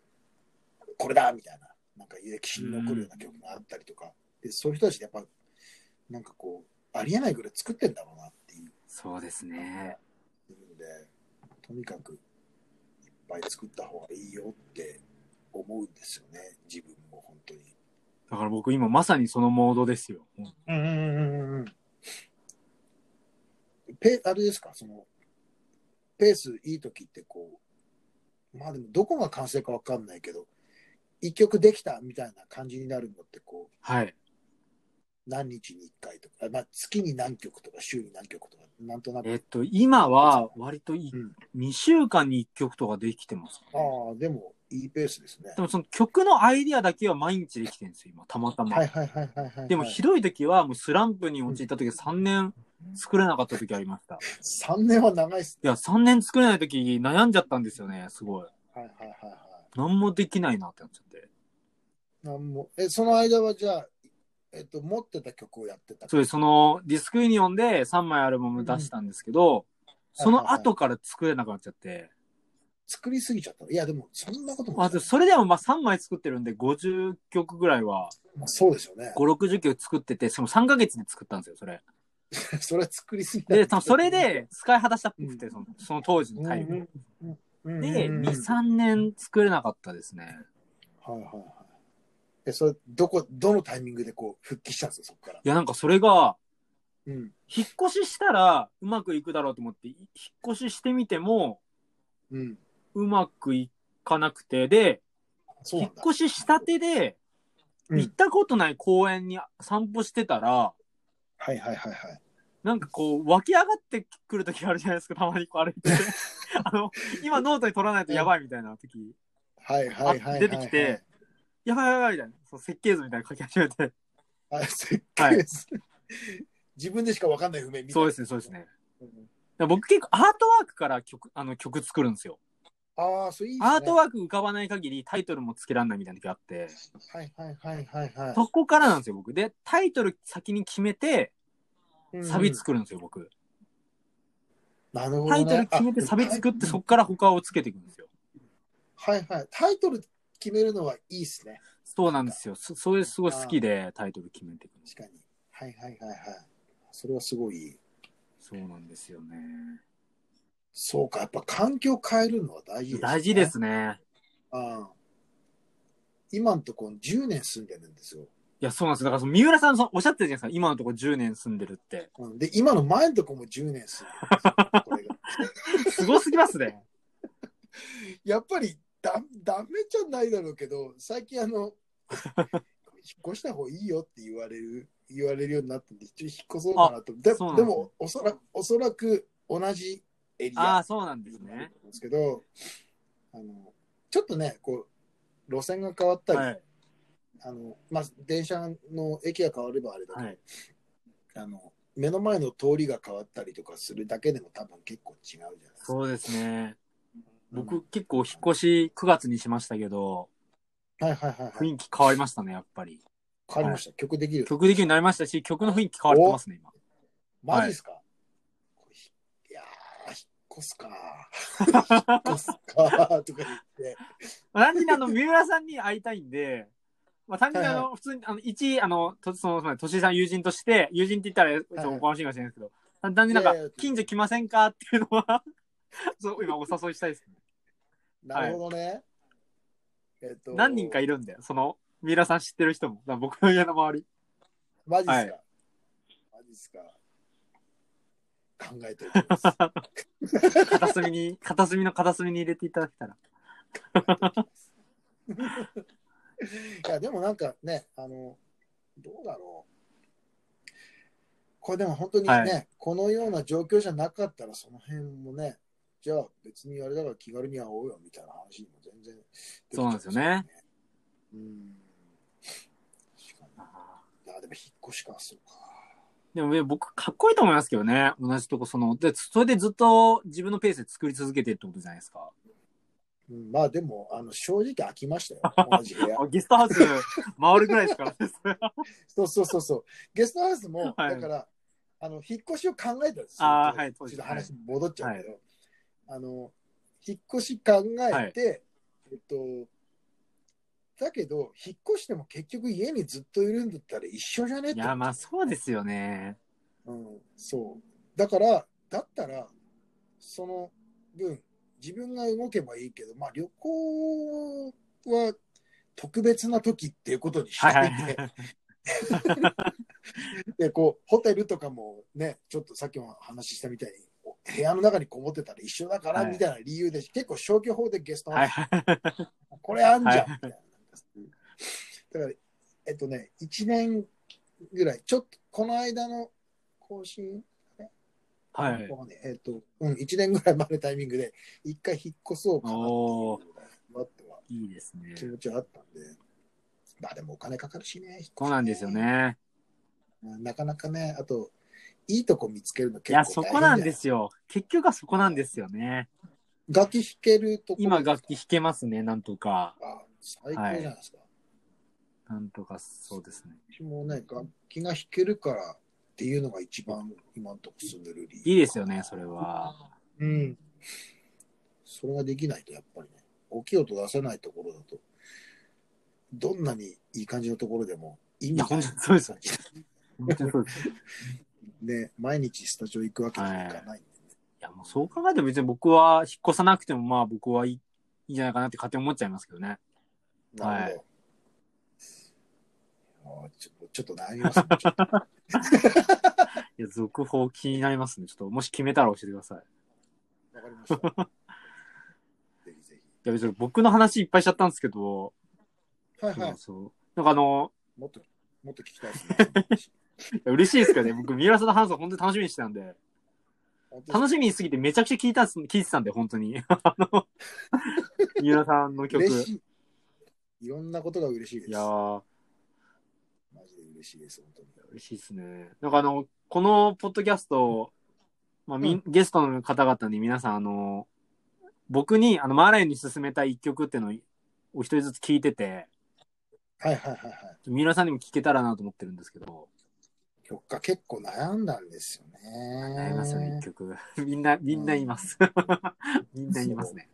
Speaker 2: これだみたいななんか歴史に残るような曲があったりとか、でそういう人たちってやっぱなんかこうありえないぐらい作ってんだろうなっていう
Speaker 1: そうですね。
Speaker 2: のでとにかくいっぱい作った方がいいよって思うんですよね自分も本当に。
Speaker 1: だから僕今まさにそのモードですよ。うん
Speaker 2: うんうんうんうんうんペあれですか、その、ペースいい時ってこう、まあでもどこが完成かわかんないけど、一曲できたみたいな感じになるのってこう、
Speaker 1: はい。
Speaker 2: 何日に一回とか、まあ月に何曲とか週に何曲とか、なんとなく。
Speaker 1: えっと、今は割とい、
Speaker 2: うん
Speaker 1: 2週間に1曲とかできてます、
Speaker 2: ああ、でもいいペースですね
Speaker 1: で。もその曲のアイディアだけは毎日できてるんですよ、今、たまたま。
Speaker 2: はいはいはいはいはい、はい。
Speaker 1: でもひどい時はもうスランプに陥った時3年作れなかった時ありました。
Speaker 2: 3年は長いっす
Speaker 1: いや、3年作れない時悩んじゃったんですよね、すごい。
Speaker 2: ね。はいはいはいはい。
Speaker 1: 何もできないなってなっちゃって。
Speaker 2: なんも、え、その間はじゃあ、えっと、持ってた曲をやってた
Speaker 1: そうです、そのディスクユニオンで3枚アルバム出したんですけど、その後から作れなくなっちゃって。
Speaker 2: 作りすぎちゃった。いや、でも、そんなことも
Speaker 1: あでもそれでもまあ3枚作ってるんで50曲ぐらいは、
Speaker 2: まあそうですよね。
Speaker 1: 5、60曲作ってて、しかも3ヶ月で作ったんですよ、それ。
Speaker 2: [laughs] それは作りすぎだ
Speaker 1: で、多分それ、で使い果たしたっぽくて、そのその当時のタイプ。
Speaker 2: うん
Speaker 1: で、
Speaker 2: う
Speaker 1: 2、
Speaker 2: ん
Speaker 1: 3年作れなかったですね。
Speaker 2: はいはいはい。え、それ、どこ、どのタイミングでこう、復帰したんですか、そこから。
Speaker 1: いや、なんかそれが、
Speaker 2: うん。
Speaker 1: 引っ越ししたらうまくいくだろうと思って、引っ越ししてみても
Speaker 2: うん。
Speaker 1: うまくいかなくて、で、
Speaker 2: そう
Speaker 1: 引
Speaker 2: な
Speaker 1: っ
Speaker 2: んだ。
Speaker 1: 越ししたてで、
Speaker 2: うん
Speaker 1: 行ったことない公園に散歩してたら、
Speaker 2: はいはいはいはい。
Speaker 1: なんかこう、湧き上がってくるときあるじゃないですか、たまにこう歩い
Speaker 2: [laughs]
Speaker 1: て。あの、今ノートに取らないとやばいみたいな時、
Speaker 2: はいはいはいはい、はい。
Speaker 1: 出てきて。やばいやばいみたいな、そう設計図みたいなの書き始めて。
Speaker 2: はい、設計です。自分でしかわかんない譜面みたい
Speaker 1: そ
Speaker 2: な
Speaker 1: うですね、そうです。ね。
Speaker 2: うん
Speaker 1: 僕結構アートワークから曲、あの曲作るんですよ。
Speaker 2: ああ、そういいですね。
Speaker 1: アートワーク浮かばない限りタイトルもつけらんないみたいな時あって、
Speaker 2: はいはいはいはいはい。
Speaker 1: そこからなんですよ、僕。で、タイトル先に決めて、
Speaker 2: うん
Speaker 1: サビ作るんですよ、僕。
Speaker 2: なるほど、ね。
Speaker 1: タイトル決めて
Speaker 2: あ
Speaker 1: サビ作って、そこから他をつけていくんですよ。
Speaker 2: はいはい。タイトル決めるのはいいですね。
Speaker 1: そうなんですよ。そそれすごい好きで、タイトル決めていくの。
Speaker 2: 確かに。はいはいはいはい。それはすごいいい。
Speaker 1: そうなんですよね。
Speaker 2: そうか、やっぱ環境変えるのは大事です、ね。
Speaker 1: 大事で。すね。
Speaker 2: うん、今のところ10年住んでるんですよ。
Speaker 1: いや、そうなんですよ。だからその、三浦さんそのおっしゃってるじゃないですか。今のところ10年住んでるって。
Speaker 2: うん、で、今の前のところも10年住んでるんですよ。これが [laughs]
Speaker 1: すごすぎますね。
Speaker 2: やっぱりだ、ダメじゃないだろうけど、最近あの、引っ越した方がいいよって言われる、言われるようになってんで、一応引っ越そうかなと。で
Speaker 1: そうなん
Speaker 2: で
Speaker 1: だ
Speaker 2: も、おそらく、おそらく同じエリ
Speaker 1: あ
Speaker 2: ア
Speaker 1: あ、そうなんです
Speaker 2: なん
Speaker 1: ね。
Speaker 2: ですけど、あの、ちょっとね、こう、路線が変わったり、
Speaker 1: はい。
Speaker 2: あの、まあ、電車の駅が変わればあれだけど、
Speaker 1: はい。
Speaker 2: あの、目の前の通りが変わったりとかするだけでも多分結構違うじゃないですか。
Speaker 1: そうですね。
Speaker 2: う
Speaker 1: 僕
Speaker 2: ん、
Speaker 1: 結構引っ越し9月にしましたけど、
Speaker 2: はいはいはい、はい。
Speaker 1: 雰囲気変わりましたね、やっぱり。
Speaker 2: 変わりました。曲できる。
Speaker 1: 曲できるようになりましたし、曲の雰囲気変わってますね、今。
Speaker 2: マジですか、これひい、やー、引っ越すか。
Speaker 1: [laughs]
Speaker 2: 引っ越すか。とか言って。
Speaker 1: まあ単純にあの、三浦さんに会いたいんで、まあ、単純にあ
Speaker 2: はい
Speaker 1: の、普通に、あの、一、あの、と、その、つまり、としさん友人として、友人って言ったら、ちょっとおかしいかもしれないですけど、単単純にない
Speaker 2: や
Speaker 1: ん
Speaker 2: いや
Speaker 1: か、近所来ませんかっていうのは、 [laughs] そう、今お誘いしたいですね。
Speaker 2: なるほどね。えっと
Speaker 1: 何人かいるんだよ、その、三浦さん知ってる人も、だから僕の家の周り。
Speaker 2: マジっすか、
Speaker 1: はい
Speaker 2: マジっすか考えておきます。考
Speaker 1: 片隅に、 [laughs] 片隅の片隅に入れていただけたら。
Speaker 2: えておきます
Speaker 1: [laughs]
Speaker 2: いや、でもなんかね、あの、どうだろう。これでも本当にね、
Speaker 1: は
Speaker 2: このような状況じゃなかったら、その辺もね、じゃあ別にあれだから気軽に会おうよみたいな話にも全然きちゃいま
Speaker 1: そうなんで。
Speaker 2: うん。確かに。いや、でも引っ越しか、そうか。
Speaker 1: でもね、僕、かっこいいと思いますけどね。同じとこ、その、で、それでずっと自分のペースで作り続けてるってことじゃないですか。
Speaker 2: うん、まあでも、あの正直飽きましたよ、
Speaker 1: [laughs]
Speaker 2: 同じ部屋。
Speaker 1: あゲストハウス回るぐらいですからね、それは
Speaker 2: そうそうそうそう。ゲストハウスも、
Speaker 1: [laughs] はい
Speaker 2: だから、あの、引っ越しを考えたんですよ。
Speaker 1: あーはい
Speaker 2: ちょっ
Speaker 1: そうです
Speaker 2: と
Speaker 1: ね
Speaker 2: 話戻っちゃうけど、あの、引っ越し考えて、えっと、だけど、引っ越しても結局家にずっといるんだったら一緒じゃねっ
Speaker 1: い
Speaker 2: て。
Speaker 1: [laughs] や、まあそうですよね。
Speaker 2: うん、そう。だから、だったら、その分、自分が動けばいいけど、まあ旅行は特別な時っていうことにして
Speaker 1: は
Speaker 2: お
Speaker 1: い
Speaker 2: いて、
Speaker 1: はい。
Speaker 2: でこうホテルとかもねちょっとさっきも話したみたいにお部屋の中にこもってたら一緒だから
Speaker 1: はい
Speaker 2: みたいな理由で、結構消去法でゲストハ
Speaker 1: は
Speaker 2: ウ
Speaker 1: い
Speaker 2: ス、
Speaker 1: はい。
Speaker 2: これあんじゃん、
Speaker 1: はい
Speaker 2: みたいなだからえっとね1年ぐらいちょっとこの間の更新
Speaker 1: はい。
Speaker 2: ここねえっとうん、1年ぐらい前のタイミングで一回引っ越そうかなっていう
Speaker 1: おー
Speaker 2: ふわっとはい
Speaker 1: いですね。
Speaker 2: 気持ちはあったんでまあでもお金かかるしね引っ越しね
Speaker 1: そうなんですよね。
Speaker 2: なかなかね、あと、いいとこ見つけるの
Speaker 1: い
Speaker 2: 結構
Speaker 1: や、
Speaker 2: 大変じ
Speaker 1: そ
Speaker 2: ゃない
Speaker 1: こなんですよ。結局はそこなんですよね。
Speaker 2: 楽器弾けるところ
Speaker 1: 今楽器弾けますね、なんとか。
Speaker 2: あ最高じゃないですか。
Speaker 1: なんとか、そうですね。
Speaker 2: 私もね、楽器が弾けるからっていうのが一番今のとこ住んでる理由。
Speaker 1: いいですよね、それは。
Speaker 2: うん。それができないとやっぱりね、大きい音出せないところだと、どんなにいい感じのところでも、い
Speaker 1: いや、本当にそうですよ。本当にそう [laughs] です。い
Speaker 2: ね、毎日スタジオ行くわけにはいかないんでね。
Speaker 1: や、もうそう考えても別に僕は引っ越さなくても、まあ僕はいいいいんじゃないかなって勝手に思っちゃいますけどね。はい
Speaker 2: なるほど。あーちょちょっと悩みますね。ちょっと
Speaker 1: いや、続報気になりますね。ちょっと、もし決めたら教えてください。
Speaker 2: わかり
Speaker 1: [laughs]
Speaker 2: ました。ぜひぜ
Speaker 1: いや、別に僕の話いっぱいしちゃったんですけど、
Speaker 2: ひ。はい
Speaker 1: そ
Speaker 2: は
Speaker 1: う
Speaker 2: い。
Speaker 1: そう。なんかあの、
Speaker 2: もっと、もっと聞きたいです
Speaker 1: [laughs]
Speaker 2: ね。
Speaker 1: いや嬉しいですけどね、僕、三浦さんの話を本当に楽しみにしてたんで、楽
Speaker 2: し
Speaker 1: しみにすぎてめちゃくちゃ聞いたんす、聞いてたんで、本当に。 [laughs] あの、三浦さんの曲。
Speaker 2: 嬉し
Speaker 1: い
Speaker 2: い。いろんなことが嬉しいです。
Speaker 1: やー、
Speaker 2: マジで嬉しいです、本当に。
Speaker 1: 嬉しいですね。なんかあの、このポッドキャスト、まあ、みんゲストの方々に皆さん、あの、僕に、あの、マーライに勧めた一曲っていうのを、お一人ずつ聞いてて、
Speaker 2: はいはいはいはい。
Speaker 1: 三浦さんにも聞けたらなと思ってるんですけど、
Speaker 2: 曲が結構悩んだんですよね。
Speaker 1: 悩みますよね、一曲。みんな、みんな言います。 [laughs] みんな言いますね。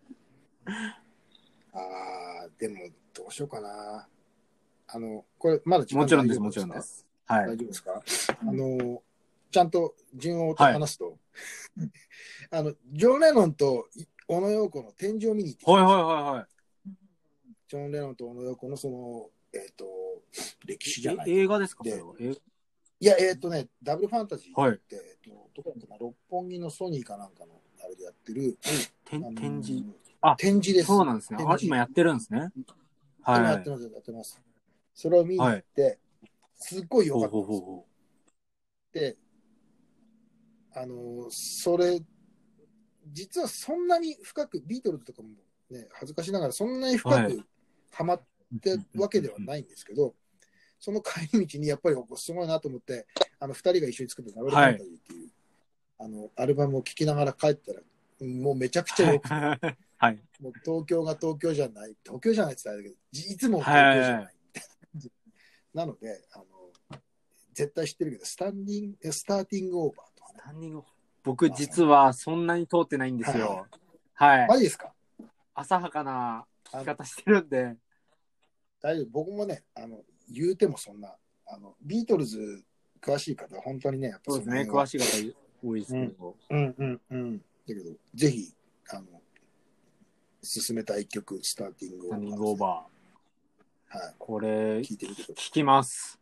Speaker 2: ああ、でも、どうしようかな。あの、これ、まだ時間
Speaker 1: もちろんです、
Speaker 2: 大丈夫
Speaker 1: もちろんで。す。はい。
Speaker 2: 大丈夫ですかあの、ちゃんと順を追って話すと、 [laughs] あの、ジョン・レノンと小野洋子の天井を見に行ってきた
Speaker 1: はいはいはいはい。
Speaker 2: ジョン・レノンと小野洋子のその、えっ、と、歴史じゃない。
Speaker 1: え映画ですか
Speaker 2: で
Speaker 1: それはえ
Speaker 2: いや、えっ、とね、ダブルファンタジー
Speaker 1: はい
Speaker 2: って、えっとどこだっけな六本木のソニーかなんかのあれでやってる、
Speaker 1: て
Speaker 2: あの
Speaker 1: 展示。あ
Speaker 2: 展示です。
Speaker 1: そうなんですね。あ
Speaker 2: 展示
Speaker 1: 今やってるんですね。
Speaker 2: 今や
Speaker 1: は
Speaker 2: ってます、やってます。それを見に行って、すっごい
Speaker 1: い。
Speaker 2: 良
Speaker 1: ほ
Speaker 2: か
Speaker 1: う
Speaker 2: った
Speaker 1: ほうん
Speaker 2: で
Speaker 1: ほう
Speaker 2: すよ。
Speaker 1: ほ
Speaker 2: で、あの、それ、実はそんなに深く、ビートルズとかもね、恥ずかしながらそんなに深
Speaker 1: はい
Speaker 2: くハマっ
Speaker 1: う。
Speaker 2: ってわけではないんですけど、その帰り道にやっぱりすごいなと思って、あの2人が一緒に作った「ナブルカンタリー」っていう、あのアルバムを聴きながら帰ったら、もうめちゃくちゃよく、
Speaker 1: はい。
Speaker 2: [laughs]
Speaker 1: はい。
Speaker 2: もう東京が東京じゃない、東京じゃないって言ったらあれだけど、じいつも東京じゃない
Speaker 1: は
Speaker 2: なのであの、絶対知ってるけど、スタンディング、スターティングオーバーとかね。
Speaker 1: タンニング僕、実はそんなに通ってないんですよ。はい。
Speaker 2: マジですか
Speaker 1: 浅はかな聞き方してるんで。
Speaker 2: 大丈夫僕もねあの、言うてもそんな、あのビートルズ詳しい方は本当にね、やっぱ
Speaker 1: そう
Speaker 2: そ
Speaker 1: で
Speaker 2: の
Speaker 1: すね。
Speaker 2: 辺は
Speaker 1: 詳しい方多いですけど。
Speaker 2: うんうんうん。だけど、ぜひ、あの、進めたい曲、スターティング
Speaker 1: ターニングオーバ
Speaker 2: ー。はい
Speaker 1: ー。。これ、
Speaker 2: 聞いてみてくださ
Speaker 1: 聞きます。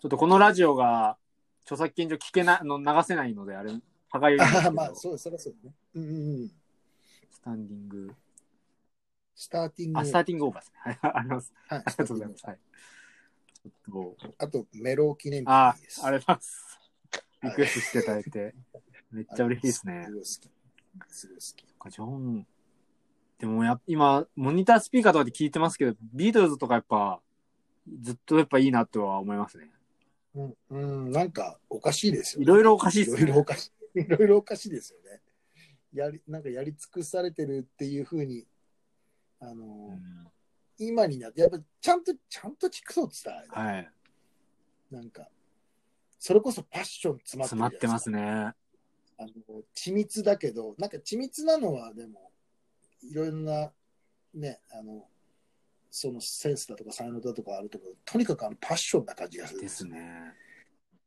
Speaker 1: ちょっとこのラジオが著作権上聞けな、あの流せないので、あれ、歯がゆいんです [laughs]
Speaker 2: い。あ
Speaker 1: け
Speaker 2: あ、
Speaker 1: ど、
Speaker 2: [laughs] まあ、そう、そりゃそうだね。うんうんうん。
Speaker 1: スタンディング。
Speaker 2: スターティング。
Speaker 1: あ、スターティングオーバーですね。はいあ [laughs] ります。
Speaker 2: は
Speaker 1: あ
Speaker 2: い、
Speaker 1: りがとうございます。
Speaker 2: スターティング
Speaker 1: はい。ちょっと、
Speaker 2: あと、メロ記念
Speaker 1: あ
Speaker 2: 日です。
Speaker 1: ありがとうございます。
Speaker 2: は
Speaker 1: リ
Speaker 2: い
Speaker 1: クエストしていただいて、めっちゃ嬉しいですね
Speaker 2: す。ごい好き。すごい好き。
Speaker 1: そっかジョン、でもや今、モニタースピーカーとかで聞いてますけど、ビートルズとかやっぱ、ずっとやっぱいいなとは思いますね。
Speaker 2: うん、うん、なんか、おかしいですよ、
Speaker 1: いろいろおかしいです
Speaker 2: い
Speaker 1: ね
Speaker 2: ろいろおかしい。いろいろおかしいですよね。やり、なんかやり尽くされてるっていうふうに、あの、
Speaker 1: うん
Speaker 2: 今になって、やっぱちゃんと、ちゃんとチクソって言ったらあ
Speaker 1: は
Speaker 2: れだ
Speaker 1: い。
Speaker 2: なんか、それこそパッション詰まって
Speaker 1: 詰まってます
Speaker 2: ね。
Speaker 1: ね。
Speaker 2: あの、緻密だけど、なんか緻密なのはでも、いろいろな、ね、あの、そのセンスだとか才能だとかあるとか、とにかくあのパッションな感じがするん
Speaker 1: です
Speaker 2: よ。
Speaker 1: ね。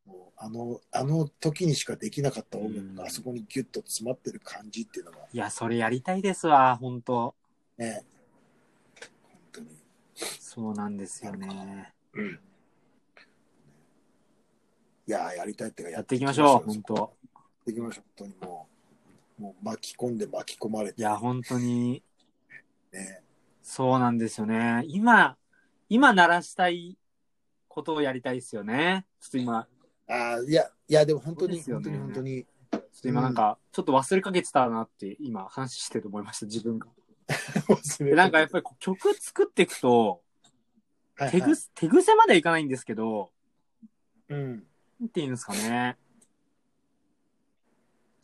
Speaker 2: もうあの、あの時にしかできなかった音楽
Speaker 1: う
Speaker 2: が
Speaker 1: ん
Speaker 2: あそこにギュッと詰まってる感じっていうのが
Speaker 1: いや、それやりたいですわ、本当
Speaker 2: ね、本当に。
Speaker 1: そうなんですよね。
Speaker 2: いやー、やりたいっていうか
Speaker 1: やっていきましょう、
Speaker 2: や
Speaker 1: 本当
Speaker 2: っていきましょう、本当にもう、もう巻き込んで巻き込まれ
Speaker 1: い
Speaker 2: て、
Speaker 1: や、本当に、
Speaker 2: ね。
Speaker 1: そうなんですよね。今、今鳴らしたいことをやりたいですよね。ちょっと今、
Speaker 2: ああ、いや、いや、でも本当に、
Speaker 1: そう
Speaker 2: 本
Speaker 1: ですよ
Speaker 2: 当に
Speaker 1: ね
Speaker 2: 本当に。
Speaker 1: ちょっと今なんか、ちょっと忘れかけてたなって、今話してて思いました、自分が。でなんかやっぱりこう曲作っていくと、
Speaker 2: はいは
Speaker 1: 手
Speaker 2: い
Speaker 1: ぐ手癖まではいかないんですけど、
Speaker 2: うん。
Speaker 1: なんていうんですかね。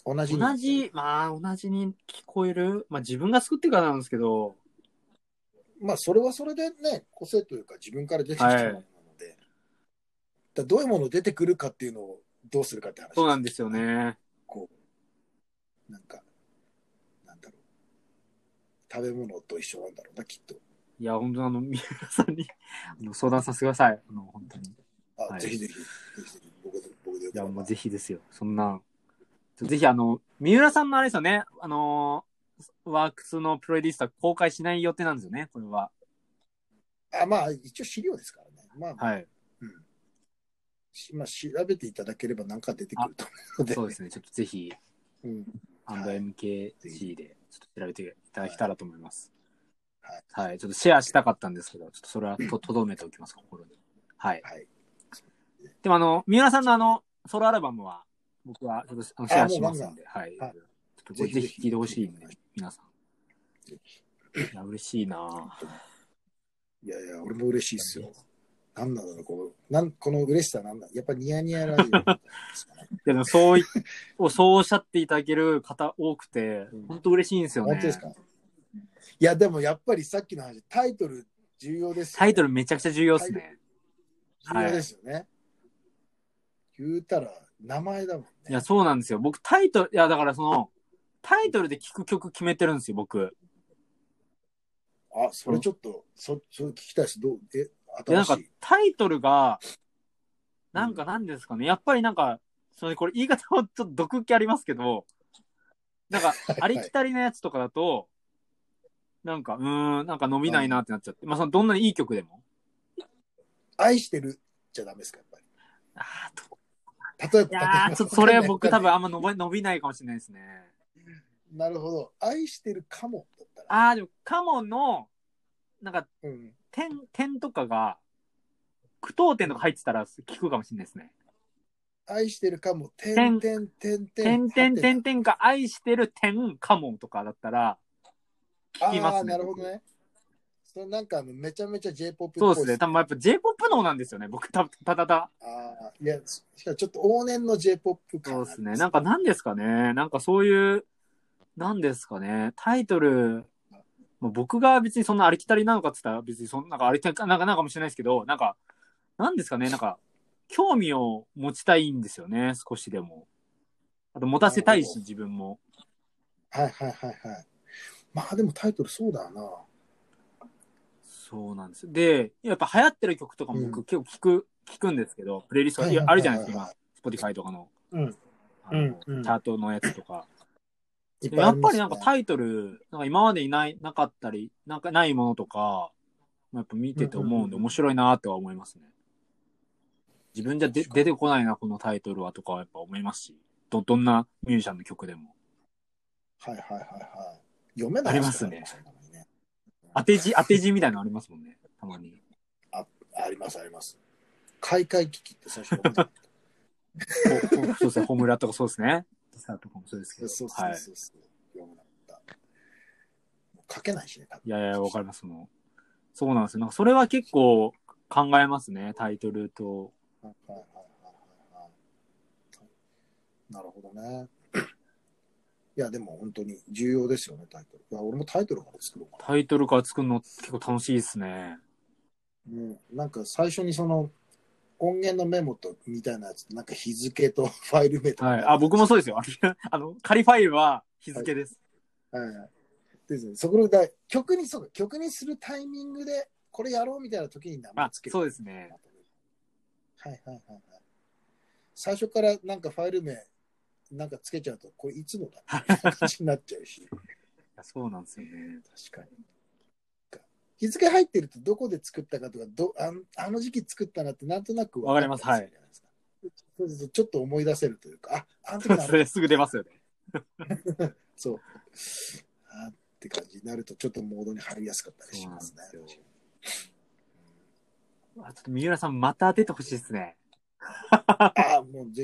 Speaker 2: 同じに。
Speaker 1: 同じ、まあ同じに聞こえる。まあ自分が作ってからなんですけど、
Speaker 2: まあ、それはそれでね、個性というか、自分から出てきたものなので、だからどういうもの出てくるかっていうのをどうするかって話。
Speaker 1: そうなんですよ。ね。
Speaker 2: こう、なんか、なんだろう。食べ物と一緒なんだろうな、きっと。
Speaker 1: いや、本当あの、三浦さんにあの相談させてください。あの、本当に。い
Speaker 2: あ、
Speaker 1: はい
Speaker 2: ぜひぜひ、ぜひぜひ、僕で、僕でよけれ
Speaker 1: や、
Speaker 2: ば。
Speaker 1: もうぜひですよ。そんな、ぜひあの、三浦さんのあれですよね、あの、ワークスのプロデュースは公開しない予定なんですよね、これは。
Speaker 2: あ、まあ、一応資料ですからね。まあ、
Speaker 1: はい。
Speaker 2: うん。しまあ、調べていただければなんか出てくると思うので。
Speaker 1: そうですね、ちょっとぜひ、
Speaker 2: うん。
Speaker 1: アンド MKG でちょっと調べていただけたらと思います。
Speaker 2: はい。
Speaker 1: はい。ちょっとシェアしたかったんですけど、ちょっとそれはととどめておきます、心に。はい。
Speaker 2: はい。
Speaker 1: でもあの、三浦さんのあの、ソロアルバムは、僕はちょっとあのシェアしますんで、はい。ちょ
Speaker 2: ガン
Speaker 1: っ
Speaker 2: ガン
Speaker 1: とぜひ
Speaker 2: ぜ
Speaker 1: ぜ
Speaker 2: ひ
Speaker 1: ひ聴いてほしいんで
Speaker 2: ぜ、
Speaker 1: 皆さん。いや、嬉しいなぁ
Speaker 2: いやいや、俺も嬉しいですよ。なんなんだろう、こう、なんこの嬉しさなんだ。やっぱニヤニヤラジオみたいなんですかね。
Speaker 1: いや、でもそうい、そうおっしゃっていただける方多くて
Speaker 2: うん、
Speaker 1: 本当嬉しいんですよね。
Speaker 2: 本当ですかいや、でもやっぱりさっきの話、タイトル重要ですよ、
Speaker 1: タイトルめちゃくちゃ重要です
Speaker 2: タイ
Speaker 1: ね。
Speaker 2: 重要ですよね。言うたら、名前だもんね。
Speaker 1: いや、そうなんですよ。僕タイトル、いや、だからその、タイトルで聴く曲決めてるんですよ、僕。
Speaker 2: あ、それちょっと、そ、それ聞きたいです。どう、え、
Speaker 1: いや、な
Speaker 2: 新
Speaker 1: ん
Speaker 2: しい。
Speaker 1: かタイトルが、なんかなんですかね。やっぱりなんか、それこれ言い方もちょっと毒気ありますけど、なんかありきたりなやつとかだと、なんか、うーん、なんか飲みないなってなっちゃって。まあ、そのどんなにいい曲でも。
Speaker 2: 愛してるじゃダメですか、やっぱり。
Speaker 1: あーと
Speaker 2: 例えば、
Speaker 1: いやーちょっとそれ僕多分あんま伸び伸びないかもしれないですね。
Speaker 2: なるほど。愛してるかもだっったら。
Speaker 1: ああ、でも、カモの、なんか、
Speaker 2: うん。
Speaker 1: 点、点とかが、句読点とか入ってたら聞くかもしれないですね。
Speaker 2: 愛してるかも、てんてんてんて
Speaker 1: 点
Speaker 2: ん。
Speaker 1: 点点点か愛してる点カモンとかだったら、聞きますね
Speaker 2: ああ、なるほどね。それなんかあのめちゃめちゃ J-POP っぽ
Speaker 1: そ
Speaker 2: いう
Speaker 1: ですね。多分やっぱ J-POP 能なんですよね。僕、た、ただた。
Speaker 2: ああ、いや、しかもちょっと往年の J-POP 感
Speaker 1: そう
Speaker 2: ある
Speaker 1: ですね。なんか何ですかね。なんかそういう、何ですかね。タイトル、まあ、僕が別にそんなありきたりなのかって言ったら別にそんなんかありきたりかなんかなんかもしれないですけど、なんか、何ですかね。なんか、興味を持ちたいんですよね。少しでも。あと持たせたいし、自分も。
Speaker 2: はいはいはいはい。まあでもタイトルそうだよな。
Speaker 1: そうなんですよ。で、やっぱ流行ってる曲とかも
Speaker 2: う
Speaker 1: 僕結構聞く、聞くんですけど、プレイリストが
Speaker 2: はいはい
Speaker 1: あ
Speaker 2: はい
Speaker 1: る
Speaker 2: は
Speaker 1: じゃな
Speaker 2: い
Speaker 1: いですか、今、Spotify とかの。
Speaker 2: うん
Speaker 1: あの
Speaker 2: うんうん
Speaker 1: チャートのやつとか。
Speaker 2: い
Speaker 1: や
Speaker 2: あ
Speaker 1: っぱ
Speaker 2: ります
Speaker 1: り
Speaker 2: ね
Speaker 1: なんかタイトル、なんか今までいない、なかったり、なんかないものとか、やっぱ見てて思うんで
Speaker 2: うんうんうん
Speaker 1: 面白いなとは思いますね。自分じゃで出てこないな、このタイトルはとかはやっぱ思いますし、ど、どんなミュージシャンの曲でも。
Speaker 2: はいはいはいはい。読めない
Speaker 1: ありますね
Speaker 2: そんなのにね
Speaker 1: 当て字、当て字みたいなのありますもんね、たまに。
Speaker 2: ありますあります。開会危機って最初読めなかっ
Speaker 1: ほほそうですね、ホムラとかそうですね。リサとかもそうですけ
Speaker 2: た
Speaker 1: ど。
Speaker 2: そうそう
Speaker 1: はい。
Speaker 2: そうそう。読めなかった。もう書けないしね、多分。
Speaker 1: いやいや、わかりますもん。そうなんですよ。なんかそれは結構考えますね、タイトルと。
Speaker 2: はいはいはいはいはい。なるほどね。いや、でも本当に重要ですよね、タイトル。いや、俺もタイトルから作ろうか
Speaker 1: タイトルから作るの結構楽しいですね。
Speaker 2: な。もうなんか最初にその音源のメモとみたいなやつと、なんか日付とファイル名とか。
Speaker 1: はい。あ、僕もそうですよ。 [laughs] あの、仮ファイルは日付です。
Speaker 2: はいはい。ですよねそこで曲に、そうか、曲にするタイミングで、これやろうみたいな時に名前
Speaker 1: あ
Speaker 2: つけ、る。
Speaker 1: そうですね。
Speaker 2: はいはいはいはい。最初からなんかファイル名なんかつけちゃうと、これいつのだみたいな感じになっちゃうし。
Speaker 1: いやそうなんですよね。
Speaker 2: 確かに。日付入ってると、どこで作ったかとか、どあのあの時期作ったなってなんとなく分ったりるじゃないですか。そうするとちょっと思い出せるというか、あ、あの時
Speaker 1: そうで
Speaker 2: のあ
Speaker 1: す
Speaker 2: れ
Speaker 1: ね。すぐ出ますよね。
Speaker 2: そう。あーって感じになると、ちょっとモードに入りやすかったりしますね。
Speaker 1: そうなんですあちょっと三浦さん、また出てほしいですね。
Speaker 2: ああー、もうぜひ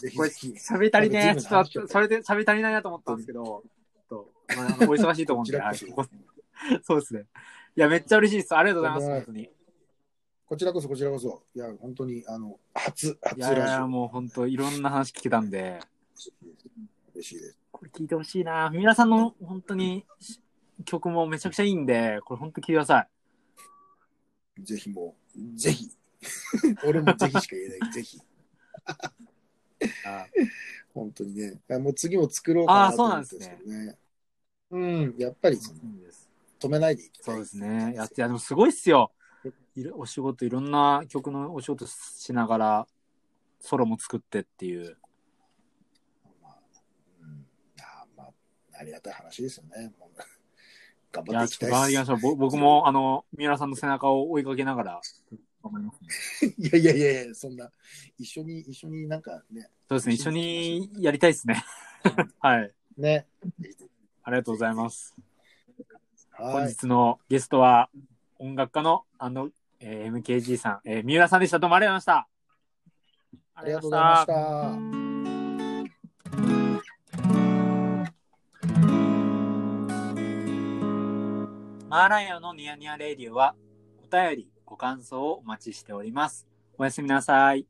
Speaker 2: ぜひ、
Speaker 1: これ、
Speaker 2: ぜひぜひ。
Speaker 1: 喋り足りねえ。ちょっ
Speaker 2: ち
Speaker 1: と、
Speaker 2: ょっと
Speaker 1: それで喋り足りないなと思ったんですけど、ちょっと、まあ、あのお忙しいと思うん
Speaker 2: こち
Speaker 1: で、
Speaker 2: ら
Speaker 1: は
Speaker 2: こ
Speaker 1: い [laughs]
Speaker 2: そ、
Speaker 1: ここそうですね。いや、めっちゃ嬉しいです。ありがとうございます、本当に。
Speaker 2: こちらこそ、こちらこそ。いや、本当に、あの、初、初
Speaker 1: い
Speaker 2: ラ
Speaker 1: やい
Speaker 2: ジオ。
Speaker 1: や、もう本当いろんな話聞けたんで、
Speaker 2: 嬉しいです。
Speaker 1: これ聞いてほしいな。皆さんの本当に曲もめちゃくちゃいいんで、これ本当聞いてください。
Speaker 2: ぜひもう、ぜひ。俺もぜひしか言えない。ぜ [laughs] ひ。
Speaker 1: あ
Speaker 2: 本当にね。あもう次も作ろうかなと思ってる
Speaker 1: あー
Speaker 2: けどね。うん、やっぱりその
Speaker 1: いいです
Speaker 2: 止めないでいきた
Speaker 1: そ
Speaker 2: い
Speaker 1: うですね。いや、いやでもすごいっすよ。いろお仕事、いろんな曲のお仕事しながら、ソロも作ってっていう。
Speaker 2: まあ、うん、あーまあ、ありがたい話ですよね。もう [laughs] 頑
Speaker 1: い
Speaker 2: 張
Speaker 1: や、
Speaker 2: ってい
Speaker 1: ち
Speaker 2: き
Speaker 1: ょ
Speaker 2: た
Speaker 1: っと頑張っていき
Speaker 2: いで
Speaker 1: ましょう。ぼ僕も、あの、三浦さんの背中を追いかけながら、頑張りますね。
Speaker 2: す。 [laughs] いやいやいやいや、そんな、一緒に、一緒になんかね、
Speaker 1: そうですね。一緒にやりたいですね。はい。
Speaker 2: ね。
Speaker 1: ありがとうございます。本
Speaker 2: はい。
Speaker 1: 日のゲストは音楽家のあの、えー MKG さん、えー三浦さんでした。どうもありがとうございました。
Speaker 2: ありがとうございました。
Speaker 1: マーライオンのニヤニヤレディオはお便り、ご感想をお待ちしております。おやすみなさい。